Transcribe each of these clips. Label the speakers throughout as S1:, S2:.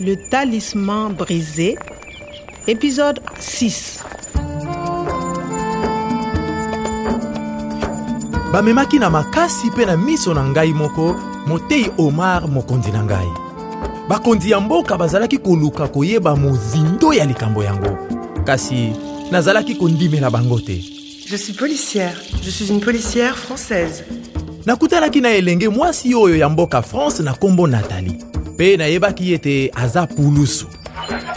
S1: Le talisman brisé, épisode 6.
S2: bamemaki na makasi mpe na miso na ngai moko motei omar mokonzi na ngai bakonzi ya mboka bazalaki koluka koyeba mozindo ya likambo yango kasi nazalaki kondimela bango te
S3: Je suis policière. Je suis une policière française.
S2: nakutanaki na elenge mwasi oyo ya mboka france na nkombo natali mpe nayebaki ete aza pulusu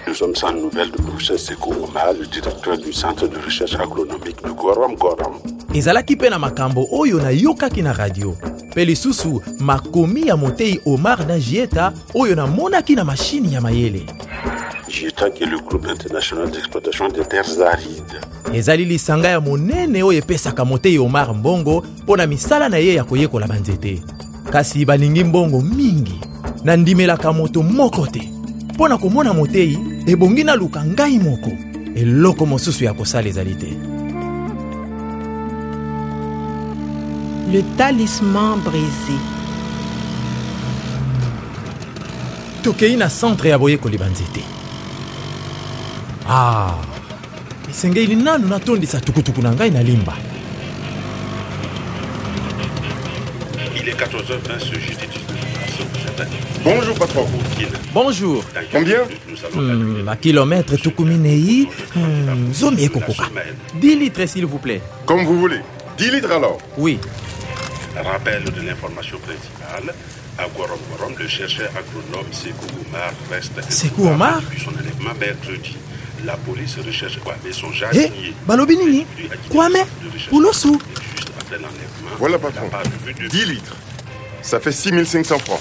S4: Nous sommes sans nouvelles de professeur Sekou Oumar, le directeur du centre de recherche agronomique de Gorom Gorom.
S2: ezalaki mpe na makambo oyo nayokaki na radio mpe lisusu makomi ya motei omar na jieta oyo namonaki na mashini ya mayele
S4: JITA qui est le groupe international d'exploitation des terres arides.
S2: ezali lisanga ya monene oyo epesaka motei omar mbongo mpo na misala na ye ya koyekola banzete kasi balingi mbongo mingi nandimelaka moto moko te mpo na komona motei ebongi naluka ngai moko eloko mosusu ya kosala ezali te
S1: Le talisman brisé.
S2: tokei na centre ya boyekoli banzete ah esengeli nanu natondisa tukutuku na ngai na limba
S4: Il est 14h20 ce jeudi 19 mars. Cette année,
S5: Bonjour patron.
S4: Burkina,
S2: bonjour
S4: dans quelques
S5: Combien
S4: minutes, nous allons
S2: Hmm,
S4: accueillir
S2: bakilometre tukumi nei hmm, zomi ekokoka 10 litres s'il vous plaît
S5: Comme vous voulez. 10 litres alors.
S2: oui
S4: le rappel de l'information principale. À Gorom Gorom, le chercheur agronome Sekou Oumar reste
S2: Sekou Oumar
S4: introuvable depuis son enlèvement mercredi. La police recherche Kwame, son
S2: Eh,
S4: jardinier.
S2: balobi nini
S4: Lui a quitté le
S2: kwame
S4: centre de recherche
S2: ulusu
S4: juste après l'enlèvement.
S5: Voilà
S4: Il n'a
S5: patron.
S4: pas revu de
S5: 10 litres. Ça fait 6500 francs.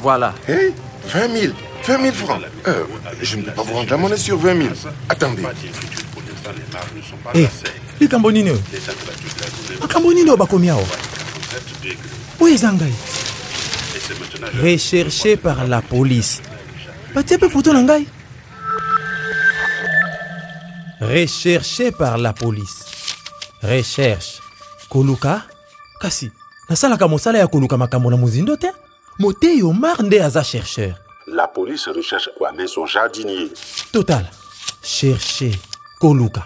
S2: voilà
S5: Hé
S6: Eh?
S5: 20 000. 20 000 francs. Euh, je ne peux pas vous rendre la monnaie sur 20 000. Attendez.
S2: e
S4: Eh.
S2: hey, likambo nini oyo makambo nini oyo bakomi awa oyo eza ngai recherché par la police batie mpe foto na ngai recherché par la police recherche koluka kasi nasalaka mosala ya koluka makambo na mozindo te motei omar nde aza chercheur
S4: La police recherche Kwame, son jardinier.
S2: total cherche koluka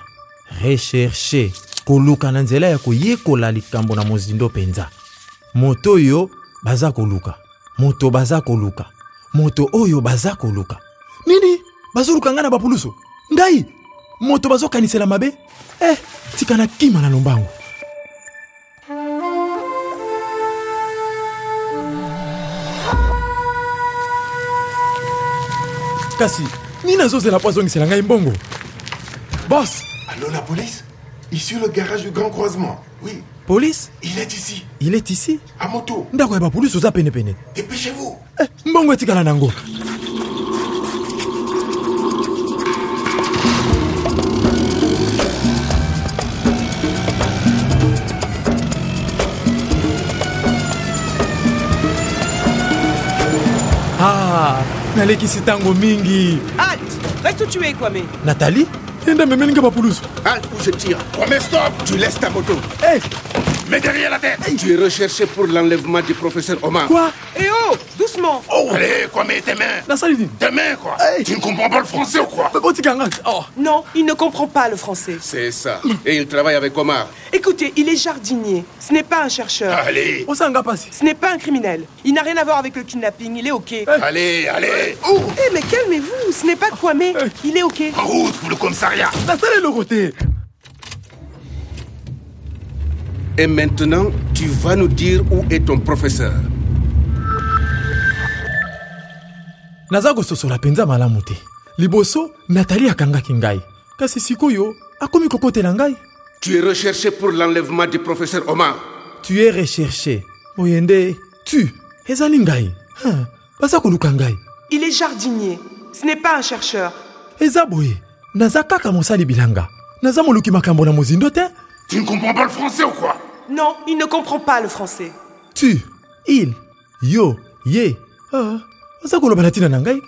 S2: recherche koluka na nzela ya koyekola likambo na mozindo mpenza moto oyo baza koluka moto baza koluka moto oyo baza koluka nini bazoluka ngai na bapulusu ngai moto bazokanisela mabe eh tika na kima na lombangu kasi nini azozela mpo azongisela ngai mbongo bos
S5: Allô la police Ici le garage du Grand Croisement. Oui,
S2: polise
S5: il est ici.
S2: il est ici
S5: À moto.
S2: ndako ya bapulusu oza penepene
S5: Dépêchez-vous.
S2: Eh, mbongo etikala nango ah nalekisi ntango mingi
S7: Halte Reste où tu es, Kwame
S2: natali enda memelinga bapulusu
S6: Halte ou je tire. Premier stop Tu laisses ta moto.
S2: Eh,
S6: Mets derrière la tête Tu es recherché pour l'enlèvement du professeur Omar.
S2: quoi
S7: Eh oh Doucement
S6: Oh Allez, quoi, mets tes mains
S2: nasali nini
S6: Tes mains, quoi
S2: Hey.
S6: Tu ne comprends pas le français ou quoi
S2: otika nga oh.
S7: Non, il ne comprend pas le français.
S6: C'est ça. Et il travaille avec Omar.
S7: Écoutez, il est jardinier. Ce n'est pas un chercheur.
S6: Allez
S2: osanga mpasi
S7: Ce n'est pas un criminel. Il n'a rien à voir avec le kidnapping. Il est OK. Eh,
S6: Allez, allez
S7: mais calmez-vous Ce n'est pas Kwame. Il est OK.
S6: En route pour le commissariat
S2: nasala eloko te
S6: Et maintenant, tu vas nous dire où est ton professeur.
S2: naza kososola mpenza malamu te liboso natali akangaki ngai kasi sikoyo akomi kokotela ngai
S6: Tu es recherché pour l'enlèvement du professeur Omar.
S2: tu es recherche boye nde tu ezali ngai Hein, baza koluka ngai
S7: Il est jardinier. Ce n'est pas un chercheur.
S2: eza boye naza kaka mosali bilanga naza moluki makambo na mozindo te
S6: Tu ne comprends pas le français ou quoi
S7: Non, il ne comprend pas le français.
S2: tu il yo ye ah, aza koloba na ntina na ngai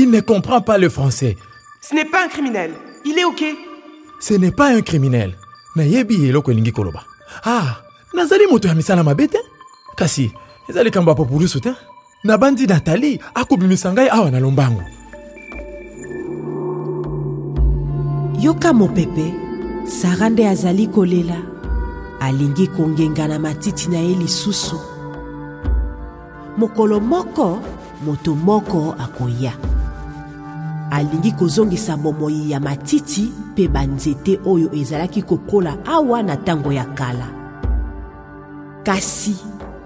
S2: il ne comprend pas le français
S7: Ce n'est pas un criminel. Il est OK.
S2: ce n'est pas un criminel nayebi eloko elingi koloba ah nazali moto ya misala mabe te kasi eza likambo ya populusu te nabandi natali akobimisa ngai awa na lombangu
S8: yoka mopepe sara nde azali kolela alingi kongenga na matiti na ye lisusu mokolo moko moto moko akoya alingi kozongisa bomoi ya matiti mpe banzete oyo ezalaki kokola awa na ntango ya kala kasi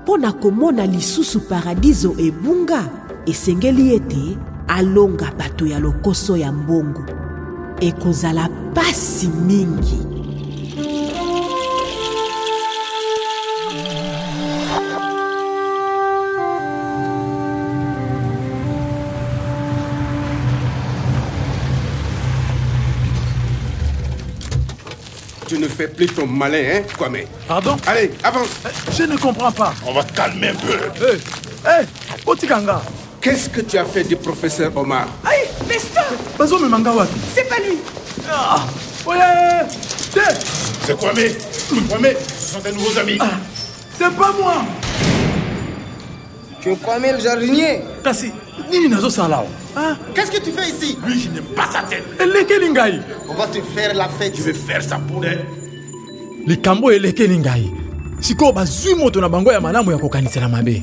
S8: mpo na komona lisusu paradiso ebunga esengeli ete alonga bato ya lokoso ya mbongo ekozala pasi mingi
S6: Tu ne fais plus ton malin, hein, Kwame
S2: Pardon
S6: Allez, avance
S2: Eh, Je ne comprends pas.
S4: On va te calmer un peu.
S2: Eh, eh, otikanga
S6: Qu'est-ce que tu as fait du professeur Omar
S7: Aïe, mais stop
S2: bazomemanga wapi
S7: C'est pas lui
S2: Ah, ouais, te,
S4: C'est Kwame. Kwame, ce sont tes nouveaux amis.
S2: c'est pas moi
S9: Tu crois même le jardinier
S2: kasi nini nazosala awa Ah,
S9: Qu'est-ce que tu fais ici
S4: Lui, il n'aime pas sa tête.
S2: elekeli ngai
S9: On va te faire la fête.
S4: Je vais faire ça pour elle.
S2: likambo elekeli ngai sikoyo bazwi moto na bango ya malamu ya kokanisela mabe